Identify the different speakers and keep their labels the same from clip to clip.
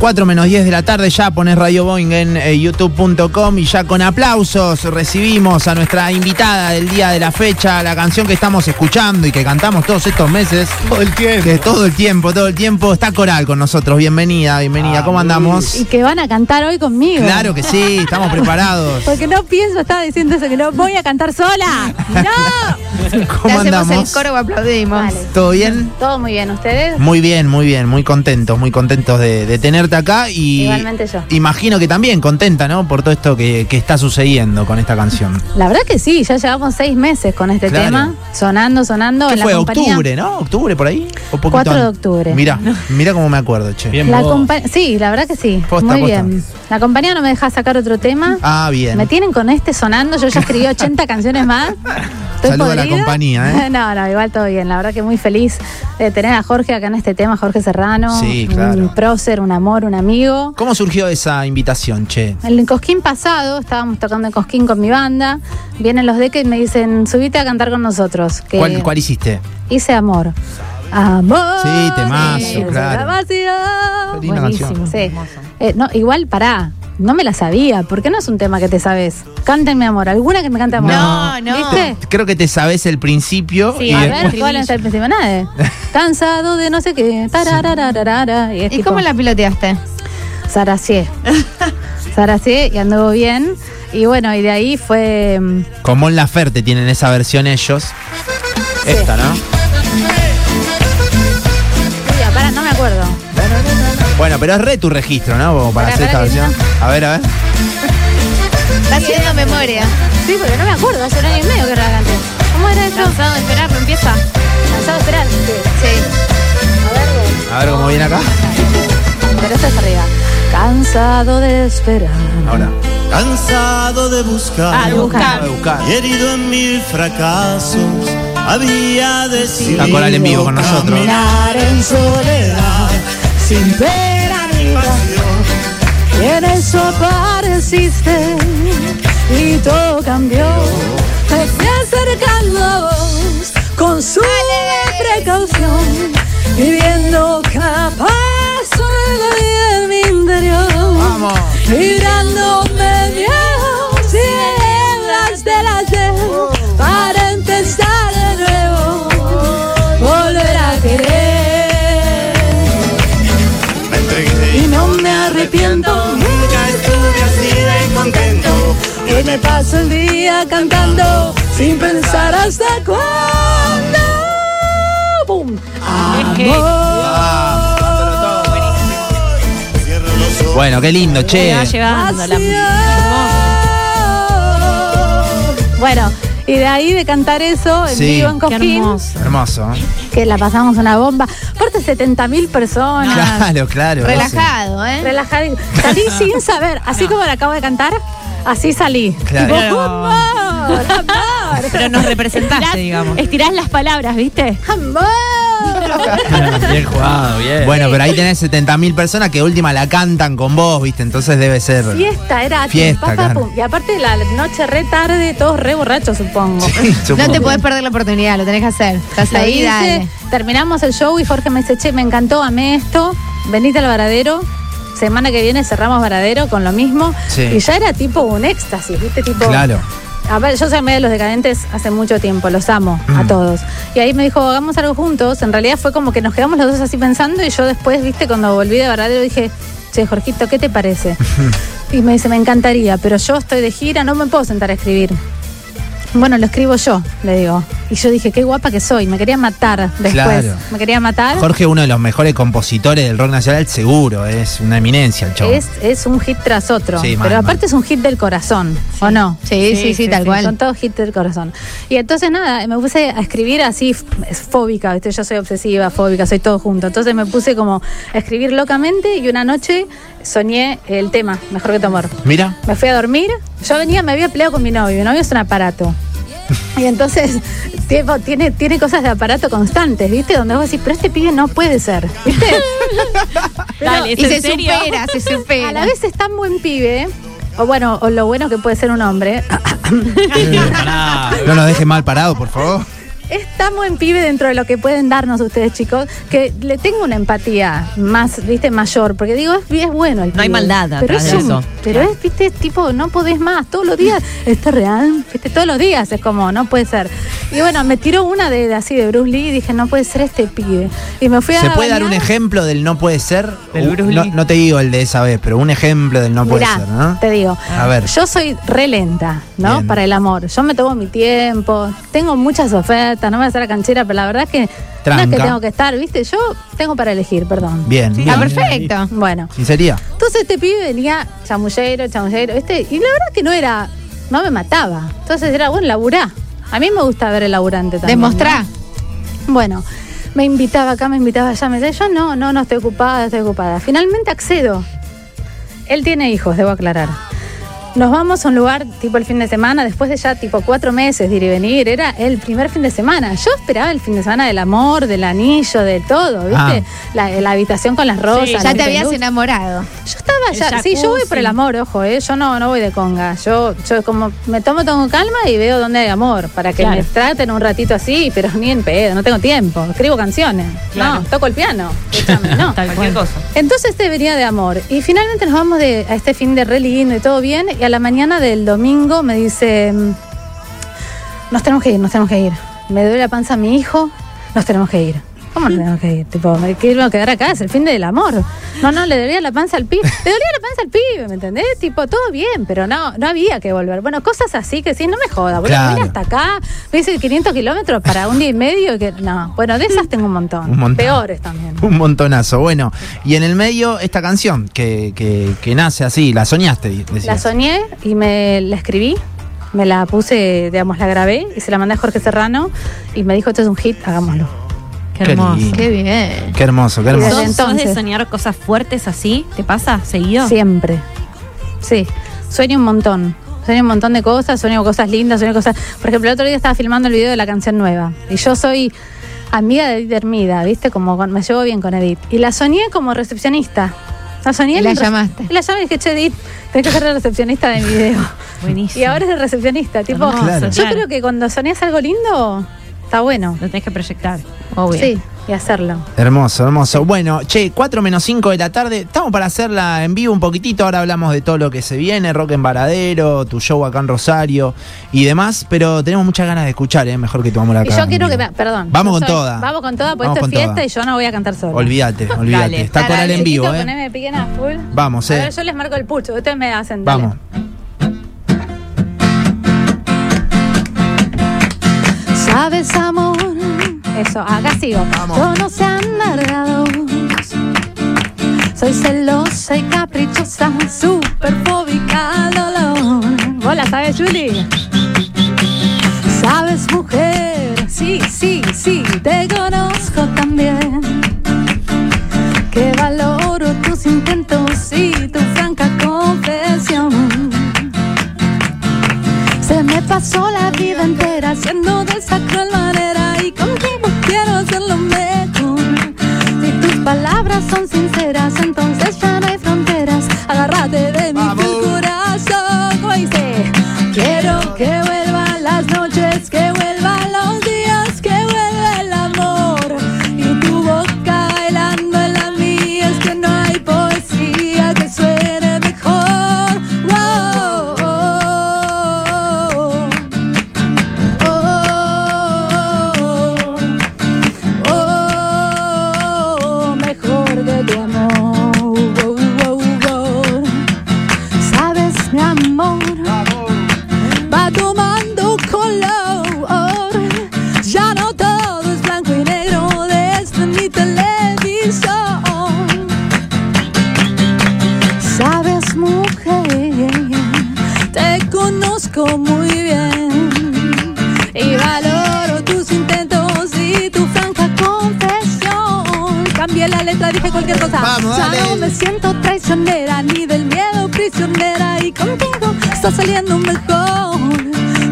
Speaker 1: 4 menos 10 de la tarde, ya pones Radio Boeing en eh, youtube.com y ya con aplausos recibimos a nuestra invitada del día de la fecha, la canción que estamos escuchando y que cantamos todos estos meses.
Speaker 2: Todo el tiempo.
Speaker 1: Que todo el tiempo, todo el tiempo está Coral con nosotros. Bienvenida, bienvenida.
Speaker 2: Ah,
Speaker 1: ¿Cómo
Speaker 2: muy
Speaker 1: andamos?
Speaker 3: Y que van a cantar hoy conmigo.
Speaker 1: Claro que sí, estamos preparados.
Speaker 3: Porque no pienso estar diciendo eso, que no voy a cantar sola. ¡No!
Speaker 1: ¿Cómo
Speaker 4: Le hacemos
Speaker 1: andamos?
Speaker 4: el coro o aplaudimos.
Speaker 3: Vale.
Speaker 1: ¿Todo bien?
Speaker 3: Todo muy bien, ¿ustedes?
Speaker 1: Muy bien, muy bien, muy contentos, muy contentos de, de tenerte acá y
Speaker 3: Igualmente yo.
Speaker 1: imagino que también contenta, ¿no? Por todo esto que, que está sucediendo con esta canción.
Speaker 3: La verdad que sí, ya llevamos seis meses con este
Speaker 1: Claro.
Speaker 3: tema, sonando, sonando.
Speaker 1: ¿Qué
Speaker 3: en la
Speaker 1: fue?
Speaker 3: compañía-
Speaker 1: ¿Octubre, no? ¿Octubre por ahí? ¿O poquito
Speaker 3: 4 de
Speaker 1: antes?
Speaker 3: octubre.
Speaker 1: Mirá, mirá cómo me acuerdo, che.
Speaker 2: Bien,
Speaker 3: La
Speaker 2: vos.
Speaker 3: compa- sí, la verdad que sí.
Speaker 1: Posta,
Speaker 3: muy
Speaker 1: posta.
Speaker 3: bien. La compañía no me deja sacar otro tema.
Speaker 1: Ah, bien.
Speaker 3: Me tienen con este sonando, yo ya escribí 80 canciones más. Estoy
Speaker 1: Saludo a la
Speaker 3: podrida.
Speaker 1: compañía, ¿eh?
Speaker 3: No, no, igual todo bien. La verdad que muy feliz de tener a Jorge acá en este tema, Jorge Serrano.
Speaker 1: Sí, claro.
Speaker 3: Un prócer, un amor, un amigo.
Speaker 1: ¿Cómo surgió esa invitación, che?
Speaker 3: En Cosquín pasado estábamos tocando en Cosquín con mi banda. Vienen los de que me dicen, subite a cantar con nosotros. Que
Speaker 1: ¿Cuál, cuál hiciste?
Speaker 3: Hice amor. Amor.
Speaker 1: Sí, temazo,
Speaker 3: es
Speaker 1: claro.
Speaker 3: la vacía.
Speaker 1: Qué linda
Speaker 3: Buenísimo,
Speaker 1: canción.
Speaker 3: sí. Eh, no, igual pará. No me la sabía, porque no es un tema que te sabes. Cántenme amor, alguna que me cante amor.
Speaker 4: No, no.
Speaker 3: ¿Viste?
Speaker 1: Creo que te sabés el principio
Speaker 4: Sí,
Speaker 1: y
Speaker 3: a
Speaker 1: después-
Speaker 3: ver, ¿cuál es el principio? Nada. de, Cansado de no sé qué. tararararara, y es
Speaker 4: ¿Y
Speaker 3: tipo,
Speaker 4: cómo la piloteaste?
Speaker 3: Saracié. Saracié y anduvo bien. Y bueno, y de ahí fue. mm,
Speaker 1: con Mon Laferte tienen esa versión ellos. Esta, ¿no?
Speaker 3: Uy, pará, no me acuerdo.
Speaker 1: Bueno, pero es re tu registro, ¿no? Como para
Speaker 4: Pará,
Speaker 1: hacer esta
Speaker 4: pará, que
Speaker 1: versión. A ver, a ver.
Speaker 4: Está haciendo memoria.
Speaker 3: Sí, porque no me acuerdo, hace un año y medio que no la canté. ¿Cómo era eso?
Speaker 4: Cansado de esperar, ¿no empieza?
Speaker 3: Cansado de esperar. Sí.
Speaker 4: Sí.
Speaker 3: A ver, güey.
Speaker 1: A ver cómo viene acá.
Speaker 3: Pero esto es arriba. Cansado de esperar.
Speaker 1: Ahora.
Speaker 5: Cansado de buscar
Speaker 3: Ah, de buscar.
Speaker 1: De buscar.
Speaker 5: y herido en mil fracasos, había decidido
Speaker 1: Está Coral en vivo con nosotros.
Speaker 5: caminar en soledad, sin ver a mi pasión.
Speaker 3: Y en eso apareciste y todo cambió. Me fui acercando a vos con su precaución, viviendo capaz de mi interior.
Speaker 1: Vamos.
Speaker 3: Librándome viejos y hebras del ayer para empezar de nuevo, volver a querer.
Speaker 5: Me entregué.
Speaker 3: Y no me arrepiento,
Speaker 5: Nunca estuve así de contento.
Speaker 3: que me paso el día cantando sin pensar hasta cuándo. ¡Bum!
Speaker 5: Cierro los ojos.
Speaker 1: Bueno, qué lindo, che.
Speaker 3: Ah, Bueno, y de ahí de cantar eso en
Speaker 1: Sí.
Speaker 3: vivo en
Speaker 1: Qué
Speaker 3: Cosquín,
Speaker 1: Hermoso. ¿eh?
Speaker 3: que la pasamos una bomba. Aparte 70 mil personas.
Speaker 1: Claro, claro.
Speaker 4: Relajado, ¿eh?
Speaker 3: Relajada. y- Salí sin saber, así como la acabo de cantar, así salí.
Speaker 1: Claro.
Speaker 3: Tipo, amor, amor.
Speaker 6: Pero nos representaste, digamos.
Speaker 3: Estirás las palabras, ¿viste? ¡Amor!
Speaker 2: Bien jugado, bien.
Speaker 1: Bueno, pero ahí tenés 70.000 personas que última la cantan con vos, ¿viste? Entonces debe ser.
Speaker 3: Fiesta, era pum,
Speaker 1: Fiesta,
Speaker 3: pa, pa,
Speaker 1: claro.
Speaker 3: pum. Y aparte la noche re tarde, todos re borrachos, supongo.
Speaker 1: Sí, supongo.
Speaker 4: No te podés perder la oportunidad, lo tenés que hacer. Estás
Speaker 3: Lo
Speaker 4: ahí,
Speaker 3: hice,
Speaker 4: dale.
Speaker 3: terminamos el show y Jorge me dice, che, me encantó, amé esto, venite al varadero. Semana que viene cerramos varadero con lo mismo.
Speaker 1: Sí.
Speaker 3: Y ya era tipo un éxtasis, ¿viste? Tipo,
Speaker 1: Claro.
Speaker 3: A ver, yo soy medio de los decadentes hace mucho tiempo, los amo
Speaker 1: Mm.
Speaker 3: a todos. Y ahí me dijo, hagamos algo juntos. En realidad fue como que nos quedamos los dos así pensando y yo después, viste, cuando volví de verdadero dije, che, Jorgito, ¿qué te parece? y me dice, me encantaría, pero yo estoy de gira, no me puedo sentar a escribir. Bueno, lo escribo yo, le digo. Y yo dije, qué guapa que soy, me quería matar después.
Speaker 1: Claro.
Speaker 3: Me quería matar.
Speaker 1: Jorge, uno de los mejores compositores del rock nacional, seguro. Es una eminencia el show.
Speaker 3: Es, es un hit tras otro.
Speaker 1: Sí, mal,
Speaker 3: pero
Speaker 1: mal.
Speaker 3: aparte es un hit del corazón, ¿o no?
Speaker 4: Sí, sí, sí, tal cual.
Speaker 3: Son todos hits del corazón. Y entonces nada, me puse a escribir así, f- es fóbica, ¿viste? yo soy obsesiva, fóbica, soy todo junto. Entonces me puse como a escribir locamente y una noche soñé el tema, mejor que tu amor.
Speaker 1: Mira.
Speaker 3: Me fui a dormir, yo venía, me había peleado con mi novio, mi novio es un aparato. Y entonces tipo, tiene, tiene cosas de aparato constantes, ¿viste? Donde vos decís, pero este pibe no puede ser, ¿viste? Pero-
Speaker 6: Dale, ¿es
Speaker 4: Y
Speaker 6: en
Speaker 4: se
Speaker 6: serio?
Speaker 4: supera, se
Speaker 3: a la
Speaker 4: supera.
Speaker 3: vez es tan buen pibe, o bueno, o lo bueno que puede ser un hombre,
Speaker 2: Pará.
Speaker 1: No nos dejes mal parado, por favor.
Speaker 3: es tan buen pibe dentro de lo que pueden darnos ustedes, chicos, que le tengo una empatía más, viste, mayor. Porque digo, es, es bueno el
Speaker 6: No hay
Speaker 3: pibe,
Speaker 6: maldad
Speaker 3: Pero
Speaker 6: atrás
Speaker 3: es
Speaker 6: de
Speaker 3: un-
Speaker 6: eso.
Speaker 3: Pero es, viste, tipo, no podés más. Todos los días, esto es real, viste, todos los días es como, no puede ser. Y bueno, me tiró una de, de así de Bruce Lee y dije, no puede ser este pibe. Y me fui a.
Speaker 1: ¿Se puede dar un
Speaker 3: bañar.
Speaker 1: ejemplo del no puede ser?
Speaker 2: Del
Speaker 1: U-
Speaker 2: Bruce
Speaker 1: no,
Speaker 2: Lee.
Speaker 1: no te digo el de esa vez, pero un ejemplo del no Ah, puede
Speaker 3: Mirá,
Speaker 1: ser, ¿no?
Speaker 3: Te digo.
Speaker 1: A ver.
Speaker 3: Yo soy re lenta, ¿no?
Speaker 1: Bien.
Speaker 3: Para el amor. Yo me tomo mi tiempo, tengo muchas ofertas, no me voy a hacer la canchera, pero la verdad es que no es
Speaker 1: Tranca.
Speaker 3: que tengo que estar, ¿viste? Yo tengo para elegir, perdón.
Speaker 1: Bien, bien.
Speaker 4: Ah, perfecto.
Speaker 3: Bueno,
Speaker 1: Sinceridad.
Speaker 3: entonces este pibe venía chamullero, chamullero, ¿viste? Y la verdad es que no era, no me mataba. Entonces era, bueno, laburá. A mí me gusta ver el laburante también.
Speaker 4: Demostrá.
Speaker 3: ¿no? Bueno, me invitaba acá, me invitaba allá, me decía, yo no, no, no estoy ocupada, estoy ocupada. Finalmente accedo. Él tiene hijos, debo aclarar. Nos vamos a un lugar tipo el fin de semana, después de ya tipo cuatro meses de ir y venir, era el primer fin de semana. Yo esperaba el fin de semana del amor, del anillo, de todo, ¿viste? La, la habitación con las rosas.
Speaker 4: ya
Speaker 3: las
Speaker 4: te habías
Speaker 3: luces.
Speaker 4: enamorado.
Speaker 3: Yo estaba
Speaker 6: El
Speaker 3: ya, sí, yo voy
Speaker 6: jacuzzi.
Speaker 3: por el amor, ojo, ¿eh? yo no, no voy de conga. Yo, yo como me tomo todo con calma y veo dónde hay amor, para que
Speaker 6: Claro.
Speaker 3: me traten un ratito así, pero ni en pedo, no tengo tiempo. Escribo canciones,
Speaker 6: Claro.
Speaker 3: no, toco el piano, escúchame, no.
Speaker 6: Cualquier cosa.
Speaker 3: Entonces este venía de amor. Y finalmente nos vamos de, a este fin de re lindo y todo bien. Y a la mañana del domingo me dice, mm, nos tenemos que ir, nos tenemos que ir. Me duele la panza a mi hijo, nos tenemos que ir. ¿Cómo nos tenemos que ir? Tipo, me quiero quedar acá, es el fin del amor. No, no, le dolía la panza al pibe. Le dolía la panza al pibe, ¿me entendés? Tipo, todo bien, pero no, no había que volver. Bueno, cosas así que sí, no me joda, voy a
Speaker 1: Claro.
Speaker 3: venir hasta acá, me dice 500 kilómetros para un día y medio. y Que, no, bueno, de esas tengo un montón.
Speaker 1: Un montón.
Speaker 3: Peores también.
Speaker 1: Un montonazo. Bueno, y en el medio esta canción que, que- que nace así, la soñaste. decías.
Speaker 3: La soñé y me la escribí, me la puse, digamos, la grabé y se la mandé a Jorge Serrano y me dijo, esto es un hit, hagámoslo.
Speaker 6: Qué
Speaker 1: Qué
Speaker 6: hermoso.
Speaker 1: lindo.
Speaker 4: Qué bien.
Speaker 1: Qué hermoso, qué
Speaker 3: Desde
Speaker 1: hermoso.
Speaker 6: ¿Sos, sos de
Speaker 3: entonces.
Speaker 6: soñar cosas fuertes así? ¿Te pasa? ¿Seguido?
Speaker 3: Siempre. Sí, sueño un montón. Sueño un montón de cosas, sueño cosas lindas, sueño cosas... Por ejemplo, el otro día estaba filmando el video de la canción nueva y yo soy amiga de Edith Hermida, ¿viste? Como con- me llevo bien con Edith. Y la soñé como recepcionista. La soñé
Speaker 4: Y la
Speaker 3: en el-
Speaker 4: llamaste.
Speaker 3: Y la llamé y dije, che, Edith, tenés que ser la recepcionista de mi video.
Speaker 6: Buenísimo.
Speaker 3: Y ahora es el recepcionista, tipo...
Speaker 6: Hermoso,
Speaker 1: Ah, Claro.
Speaker 3: Yo
Speaker 6: claro.
Speaker 3: creo que cuando soñás algo lindo, está bueno.
Speaker 6: Lo tenés que proyectar. Obvio.
Speaker 3: Sí, y hacerlo.
Speaker 1: Hermoso, hermoso. Bueno, che, 4 menos 5 de la tarde. Estamos para hacerla en vivo un poquitito. Ahora hablamos de todo lo que se viene: rock en Varadero, tu show acá en Rosario y demás. Pero tenemos muchas ganas de escuchar, ¿eh? Mejor que tomamos la
Speaker 3: Y yo quiero que me. Perdón.
Speaker 1: Vamos
Speaker 3: yo
Speaker 1: con
Speaker 3: soy-
Speaker 1: toda.
Speaker 3: Vamos con toda, porque
Speaker 1: Vamos
Speaker 3: esto
Speaker 1: con
Speaker 3: es fiesta
Speaker 1: toda.
Speaker 3: y yo no voy a cantar sola.
Speaker 1: Olvídate, olvídate.
Speaker 6: Dale.
Speaker 1: Está
Speaker 4: Dale,
Speaker 1: coral en
Speaker 3: Chiquito,
Speaker 1: vivo, ¿eh?
Speaker 3: poneme piquen a full.
Speaker 1: Vamos,
Speaker 3: A
Speaker 1: eh.
Speaker 3: ver, yo les marco el pulso. Ustedes me hacen. dale.
Speaker 1: Vamos.
Speaker 3: Sabes, amor. Eso, acá sigo.
Speaker 1: Vamos.
Speaker 3: Yo no sé andar de a dos. Soy celosa y caprichosa, superfóbica al dolor. ¿Vos la sabes, Julie? Sabes, mujer, sí, sí, sí, te conozco también. Que valoro tus intentos y tu franca confesión. Se me pasó la vida entera siendo de esa cruel manera y contigo quiero ser lo mejor. Si tus palabras son sinceras, entonces ya no hay fronteras. Agárrate de mi
Speaker 1: Vamos.
Speaker 3: fiel corazón, como dice. Quiero que vuelvan las noches, que vuelvan los días, que vuelva el amor. Y tu boca bailando en la mía, es que no hay poesía que suene mejor. Wow. Oh, oh, oh, mejor que tu amor. Wow, wow, wow. Sabes, mi amor va tomando color. Ya no todo es blanco y negro desde mi televisor. Sabes, mujer, te conozco muy bien y valoro tus intentos y tu franca confesión. Cambié la letra, dije cualquier cosa.
Speaker 1: Vamos,
Speaker 3: ya
Speaker 1: dale.
Speaker 3: no me siento traicionera ni del miedo prisionera y contigo está saliendo mejor.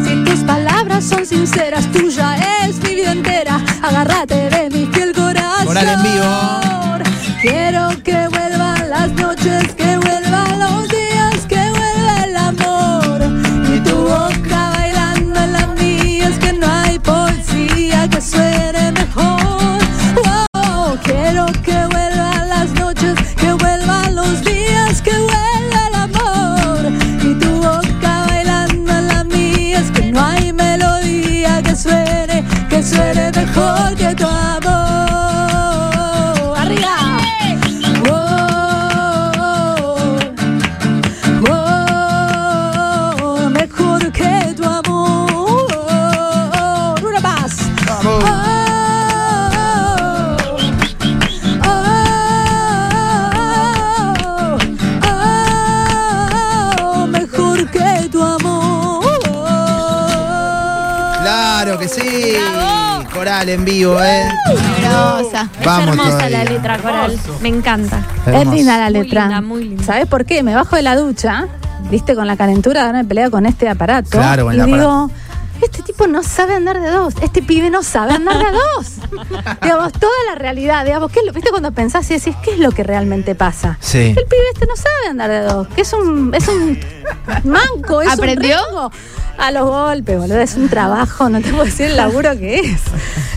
Speaker 3: Si tus palabras son sinceras, tuya es mi vida entera. Agárrate de mi fiel corazón.
Speaker 1: Coral en vivo.
Speaker 3: amor. Quiero que vuelvan las noches, que vuelvan los días, que vuelva el amor. Y tu boca bailando en la mía, es que no hay poesía que suene. Oh, Oh, Oh, oh,
Speaker 1: sí. Coral en vivo, ¿eh?
Speaker 4: Generosa.
Speaker 1: Vamos
Speaker 6: es hermosa
Speaker 1: todavía.
Speaker 6: la letra, Coral. Me encanta.
Speaker 3: Es
Speaker 1: Hermoso.
Speaker 3: linda la
Speaker 6: Muy
Speaker 3: letra.
Speaker 6: linda, muy linda.
Speaker 3: ¿Sabes por qué? Me bajo de la ducha, viste, con la calentura, ahora me peleo con este aparato.
Speaker 1: Claro, con
Speaker 3: y
Speaker 1: el
Speaker 3: digo,
Speaker 1: aparato.
Speaker 3: este tipo no sabe andar de dos. Este pibe no sabe andar de dos. digamos, toda la realidad, digamos, ¿qué es lo, viste cuando pensás y decís, ¿qué es lo que realmente pasa?
Speaker 1: Sí.
Speaker 3: El pibe este no sabe andar de dos, que es un, es un manco, es
Speaker 4: ¿Aprendió?
Speaker 3: un rengo a los golpes, boludo. Es un trabajo, no te puedo decir el laburo que es.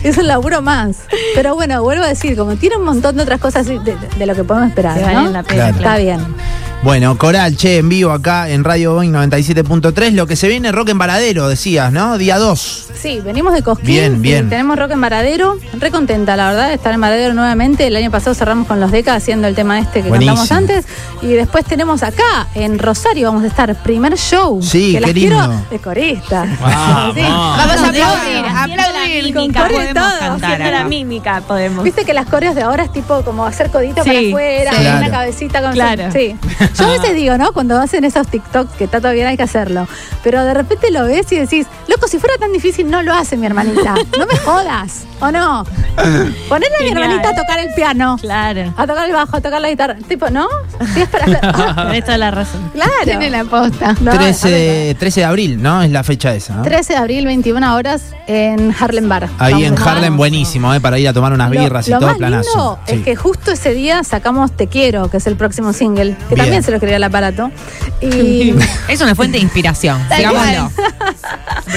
Speaker 3: Es un laburo más. Pero bueno, vuelvo a decir, como tiene un montón de otras cosas de, de- de lo que podemos esperar.
Speaker 6: Que
Speaker 3: ¿no?
Speaker 6: valen la pena,
Speaker 1: Claro.
Speaker 3: Está bien.
Speaker 1: Bueno, Coral, che, en vivo acá en Radio Boeing 97.3. Lo que se viene rock en Varadero, decías, ¿no? Día 2.
Speaker 3: Sí, venimos de Cosquín.
Speaker 1: Bien,
Speaker 3: y
Speaker 1: bien.
Speaker 3: Tenemos rock en Varadero. Re contenta, la verdad, de estar en Varadero nuevamente. El año pasado cerramos con los DECA haciendo el tema este que
Speaker 1: Buenísimo.
Speaker 3: contamos antes. Y después tenemos acá, en Rosario, vamos a estar. Primer show.
Speaker 1: Sí,
Speaker 3: que las
Speaker 1: qué lindo.
Speaker 3: quiero de corista.
Speaker 2: Vamos.
Speaker 4: Vamos a
Speaker 6: No,
Speaker 4: aplaudir,
Speaker 6: no, no.
Speaker 4: aplaudir.
Speaker 6: Con
Speaker 3: Corre
Speaker 6: podemos
Speaker 3: todo.
Speaker 6: cantar
Speaker 2: Haciendo
Speaker 6: acá.
Speaker 2: la mímica podemos.
Speaker 3: Viste que las coreos de ahora es tipo como hacer codito
Speaker 6: Sí,
Speaker 3: para afuera,
Speaker 1: sí.
Speaker 3: una
Speaker 1: Claro.
Speaker 3: cabecita con
Speaker 6: Claro.
Speaker 3: Sí. Yo a veces digo, ¿no? Cuando hacen esos TikToks, que está todo bien, hay que hacerlo. Pero de repente lo ves y decís, loco, si fuera tan difícil, no lo hace mi hermanita. No me jodas, ¿o no? Ponerle a mi
Speaker 6: Genial.
Speaker 3: hermanita a tocar el piano,
Speaker 6: Claro.
Speaker 3: a tocar el bajo, a tocar la guitarra. Tipo, ¿no? Sí, es para. Ah,
Speaker 6: Tenés toda la razón.
Speaker 4: Tiene
Speaker 3: claro.
Speaker 4: la posta.
Speaker 3: No,
Speaker 1: 13, 13 de abril, ¿no? Es la fecha esa. ¿no?
Speaker 3: 13 de abril, 21 horas, en Harlem Bar.
Speaker 1: Ahí
Speaker 3: Vamos
Speaker 1: en
Speaker 3: a-
Speaker 1: Harlem, buenísimo, ¿eh? Para ir a tomar unas
Speaker 3: Lo-
Speaker 1: birras
Speaker 3: lo
Speaker 1: y todo
Speaker 3: más
Speaker 1: planazo.
Speaker 3: lindo es
Speaker 1: Sí.
Speaker 3: que justo ese día sacamos Te Quiero, que es el próximo single, que
Speaker 1: Bien.
Speaker 3: también se lo escribió el aparato. Y
Speaker 7: Es una fuente de inspiración,
Speaker 4: Tal
Speaker 7: digámoslo.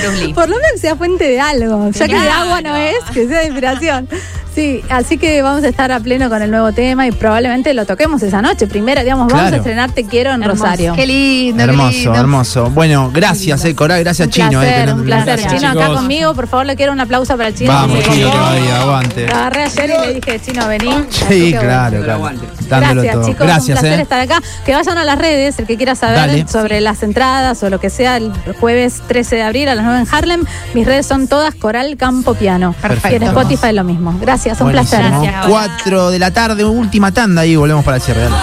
Speaker 7: Bruce Lee.
Speaker 3: por lo menos que sea fuente de algo, ya que de agua no es, que sea de inspiración. Sí, así que vamos a estar a pleno con el nuevo tema y probablemente lo toquemos esa noche. Primera, digamos, vamos
Speaker 1: Claro.
Speaker 3: a estrenar Te Quiero en
Speaker 6: Hermoso.
Speaker 3: Rosario.
Speaker 4: Qué lindo, qué
Speaker 1: Hermoso,
Speaker 4: lindo.
Speaker 1: hermoso. Bueno, gracias, eh, Coral, gracias
Speaker 3: un
Speaker 1: Chino. eh,
Speaker 3: placer,
Speaker 1: que no-
Speaker 3: un placer.
Speaker 1: gracias.
Speaker 3: Chino acá
Speaker 2: chicos.
Speaker 3: conmigo, por favor, le quiero un aplauso para el Chino.
Speaker 1: Vamos,
Speaker 3: que se
Speaker 1: Chino,
Speaker 3: copó.
Speaker 1: todavía, aguante.
Speaker 3: Lo agarré ayer y le dije, Chino, vení. Así
Speaker 1: Sí,
Speaker 3: que bueno.
Speaker 1: claro, claro. Dándolo
Speaker 3: Gracias,
Speaker 1: todo.
Speaker 3: chicos.
Speaker 1: Gracias,
Speaker 3: un placer
Speaker 1: eh.
Speaker 3: estar acá. Que vayan a las redes, el que quiera saber
Speaker 1: Dale.
Speaker 3: sobre las entradas o lo que sea, el jueves 13 de abril a las 9 en Harlem. Mis redes son todas Coral Campo Piano.
Speaker 1: Perfecto.
Speaker 3: Y en Spotify lo mismo. Gracias, un
Speaker 1: Buenísimo.
Speaker 3: placer.
Speaker 6: Gracias, Gabriela.
Speaker 1: Cuatro de la tarde, última tanda y volvemos para el cierre. Dale.